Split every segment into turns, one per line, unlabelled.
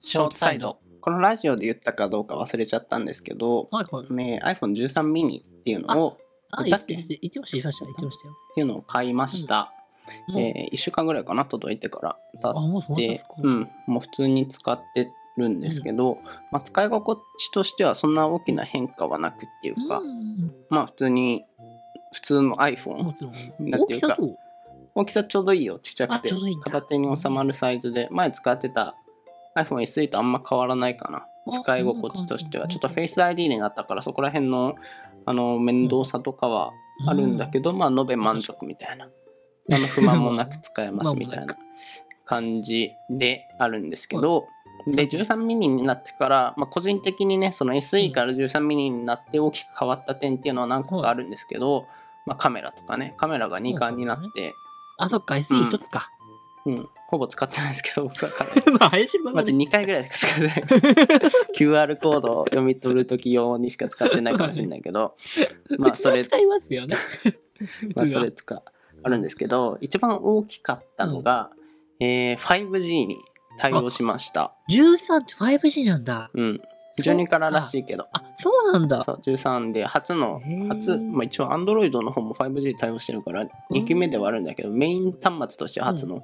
ショートサイド。
このラジオで言ったかどうか忘れちゃったんですけど、
はいはい。
ね、iPhone13 mini っていうのを
あ、
言
言
った
っ
っけ
てました、言ってましたよ、言ってましたよ。
っていうのを買いました、
もう
え1週間ぐらいかな届いてから
あ、
経
もうそ
っ
うで
て
すか。
う、ん、もう普通に使ってるんですけど、まあ、使い心地としてはそんな大きな変化はなくっていうか、
うん
まあ普通に普通の
も
iPhone
ちろん。
なん
大
てい
き
うか
さと、
大きさちょうどいいよちっちゃくて
あちょうどいいんだ
片手に収まるサイズで前使ってた iPhoneSE とあんま変わらないかな
あ
使い心地としては
うん
ちょっと Face ID になったからそこら辺のあの面倒さとかはあるんだけど、まあ延べ満足みたいな何の不満もなく使えますみたいな感じであるんですけど、で13ミニになってから、まあ、個人的にねその SE から13ミニになって大きく変わった点っていうのは何個かあるんですけど、まあ、カメラとかねカメラが2巻になって、
ど。あ、そっか、
うん
SE 一つか。
うん、ほぼ使ってないですけど僕はカ メラ
まあ、林ま
マジ2回ぐらいしか使 ってない QR コードを読み取る時用にしか使ってないかもしれないけどまあそれ
使いますよね。
まあ、それとかあるんですけど一番大きかったのが、えー 5G に対応しました、
13って 5G なんだ。
うん、12かららし
い。
いけど
あ、そうなんだ。
そう13で初の
へー
初、まあ、一応 Android の方も 5G 対応してるから2期目ではあるんだけど、メイン端末としては初の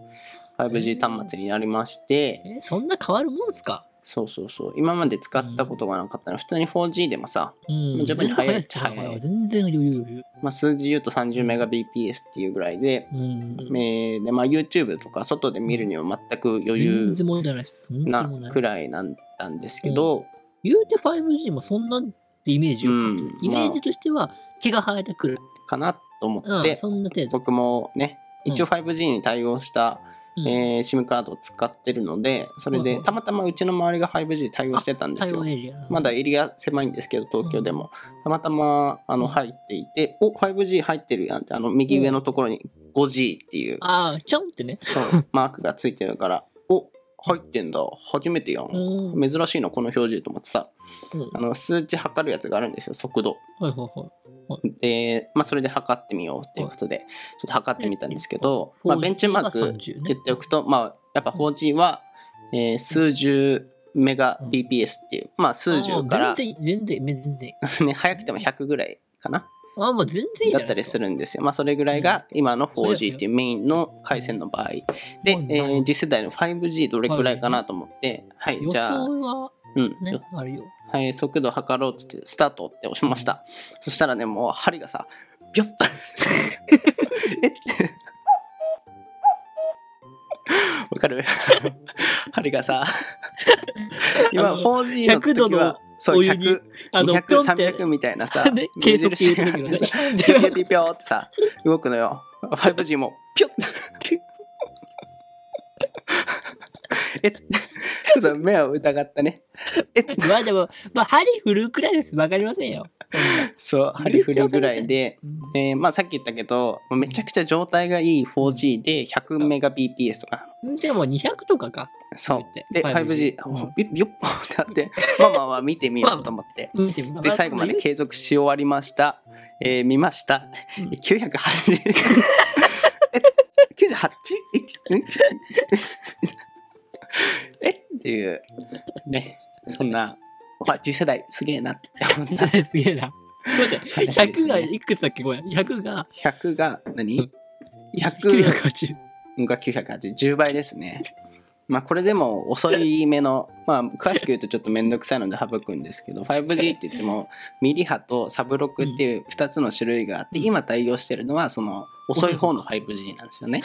5G 端末になりまして、
え、そんな変わるもんですか
そうそうそう今まで使ったことがなかったの普通に 4G でもさ、
うん。
十分に早い
全然
早い
です全然余裕余裕。
まあ、数字言うと 30Mbps っていうぐらいで、
うん。
えーでまあ、YouTube とか外で見るには全く余裕
全然問題ないです。本当に
な
問題ない
くらいなんだんですけど、
言うて 5G もそんなんってイメージよ、
うん
イメージとしては毛が生えてくる、
かなと思
うん
って、
そんな程度、
僕もね一応 5G に対応した、
うん
えー SIM カードを使ってるのでそれ
うん
で
うん
たまたまうちの周りが 5G 対応してたんです
対応
よ
エリア
まだエリア狭いんですけど東京でもたまたまあ
う
の
ん
入っていてお 5G 入ってるやんってあの右上のところに 5G っていう
ああちょんってね
そうマークがついてるからお入ってんだ初めてやん
うんはい
珍しいのこの表示と思ってさ
うん
あの数値測るやつがあるんですよ速度
はいはい
で、まあ、それで測ってみようっていうことで、ちょっと測ってみたんですけど、まあ、
4G
ベンチマー
が
ク
30ね
言っておくと、まあ、やっぱ 4G は、えー数十メガ BPS っていう、まあ、数十か
あ
ら
ー、全然全然全 然
ね、早くても100ぐらいかな、
あーまあ全然いいじ
だ
ゃな
っ
い
た
で
り
す
す
か
るんですよ。まあ、それぐらいが今の 4G っていうメインの回線の場合。で、え
うん
ー次世代の 5G どれくらいかなと思って、はい、
予
じゃあ、
想は
うん、
ねあるよ
はい、速度測ろうっつって、スタートって押しました。そしたらね、もう針がさ、ビョッと。 えって。わかる針がさ、今
あの
4G の時は
100度の、
そう、
お湯に
100、200、300みたいなさ、
ね計測入れて
無
る
印があってさピ
け
ョピ
どね
ョピョピョってさ、動くのよ。5G も、ピョッえちょっと目を疑ったね。
まあでもまあ針振るくらいですわかりませんよ、
そう、針振るぐらいで、
うん
えーまあさっき言ったけど、もうめちゃくちゃ状態がいい 4G で 100Mbps とか。
でも200とかか
そう
こうやっ。
で、
て
5G
5G、
おビュッビュッってなって、まあまあまあ見てみようと思って。
うんでも
で、最後まで継続し終わりました。えー見ました。
うん
980。え、98? えんえっていう、ね、そんな、まあ、次世代すげえなって思った
すげえな待って
話です
100が
ね。
いくつだっけごめん100が
100が何100
180
が980 10倍ですね。まあこれでも遅い目の、 まあ詳しく言うとちょっとめんどくさいので省くんですけど、5G って言ってもミリ波とサブロックっていう2つの種類があって、
うん
今対応してるのはその遅い方の 5G なんですよね。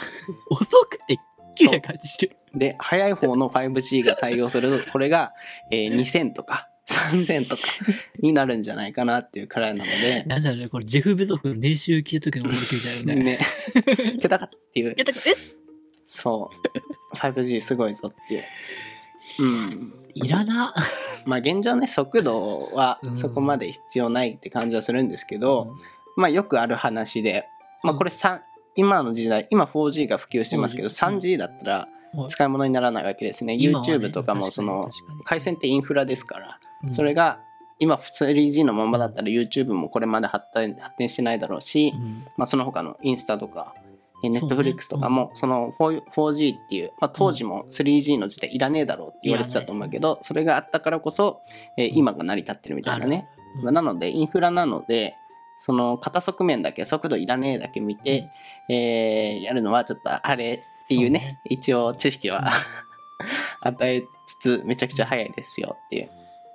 遅くて980
で、早い方の 5G が対応す ると、これが、えー2000とか3000とかになるんじゃないかなっていうくらいなので、
なんだろうねこれジェフ・ベゾフの年収聞いた時の思いついたよね
ね、 けたかっていう
いやだからえ
そう。5G すごいぞっていう。うん。
いらな
まあ現状ね、速度は
うん
そこまで必要ないって感じはするんですけど、まあよくある話で、まあこれ3、今の時代、今 4G が普及してますけど、
4G
3G だったら
うん
使い物にならないわけですね。
今はね
YouTube とかもその、
確かに確か
回線ってインフラですから、
に
それが今 3G のままだったら YouTube もこれまで発展発展してないだろうし
う、ん
まあその他のインスタとか、えネットフリックスとかも、その 4- 4G っていう、まあ、当時も 3G の時代いらねえだろうって言われてたと思うけど、それがあったからこそ、えー今が成り立ってるみたいなね。
うん
まあなので、インフラなので、その片側面だけ速度いらねえだけ見て、えーやるのはちょっとあれっていうね
そうね
一応知識は 与えつつめちゃくちゃ早いですよっていう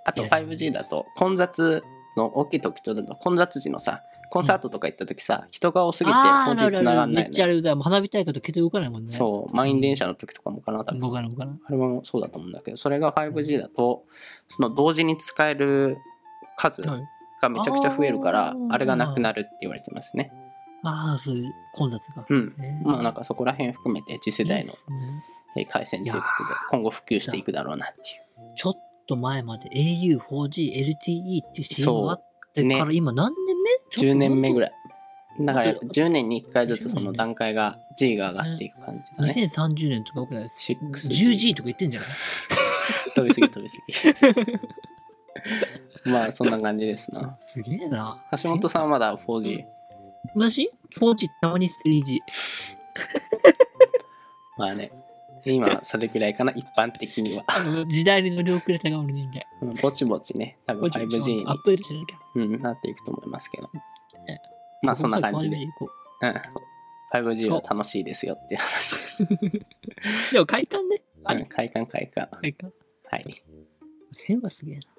あと
いや
5G だと混雑の大きい特徴だと混雑時のさコンサートとか行った時さ、人が多すぎて
あーあ
4G
る
つ
ある
な
あ
が
る
ん
め
ない
っちゃあ
ね
れだ。花火大会とケツ動かないもんね。
そう満員電車の時とかもかな多分
動かない動かない。
あれもそうだと思うんだけどそれが 5G だとその同時に使える数
はい
がめちゃくちゃ増えるから、
あー
あれがなくなるって言われてますね
ああ、そういう混雑が。
うん
ね
まあなんかそこら辺含めて次世代の
いいっすね
えー回線ということ
い
で
や
今後普及していくだろうなっていう
ちょっと前まで au、4G、LTE っていう CM があって
そう
から
ね
今何年目ちょっと
10年目ぐらいだからやっぱ
本
10年に1回ずつそ
10年
の
ね
段階が G が上がっていく感じだね
2030年とか多くないですか
6G
10G とか言ってんじゃない
飛びすぎ飛びすぎ まあそんな感じですな
すげえな。
橋本さんはまだ 4G
私 ?4G たまに 3G。
まあね今それぐらいかな一般的には
あの時代に乗り遅れたが俺人間。
うんぼちぼちね多分 5G に
アップデートしなきゃ。
うんなっていくと思いますけどまあそんな感じで
5G 行こ
うん 5G は楽しいですよっていう話で し
う。でも快感ね。
た、うん、快感快感
快感。
はい
1000はすげえな。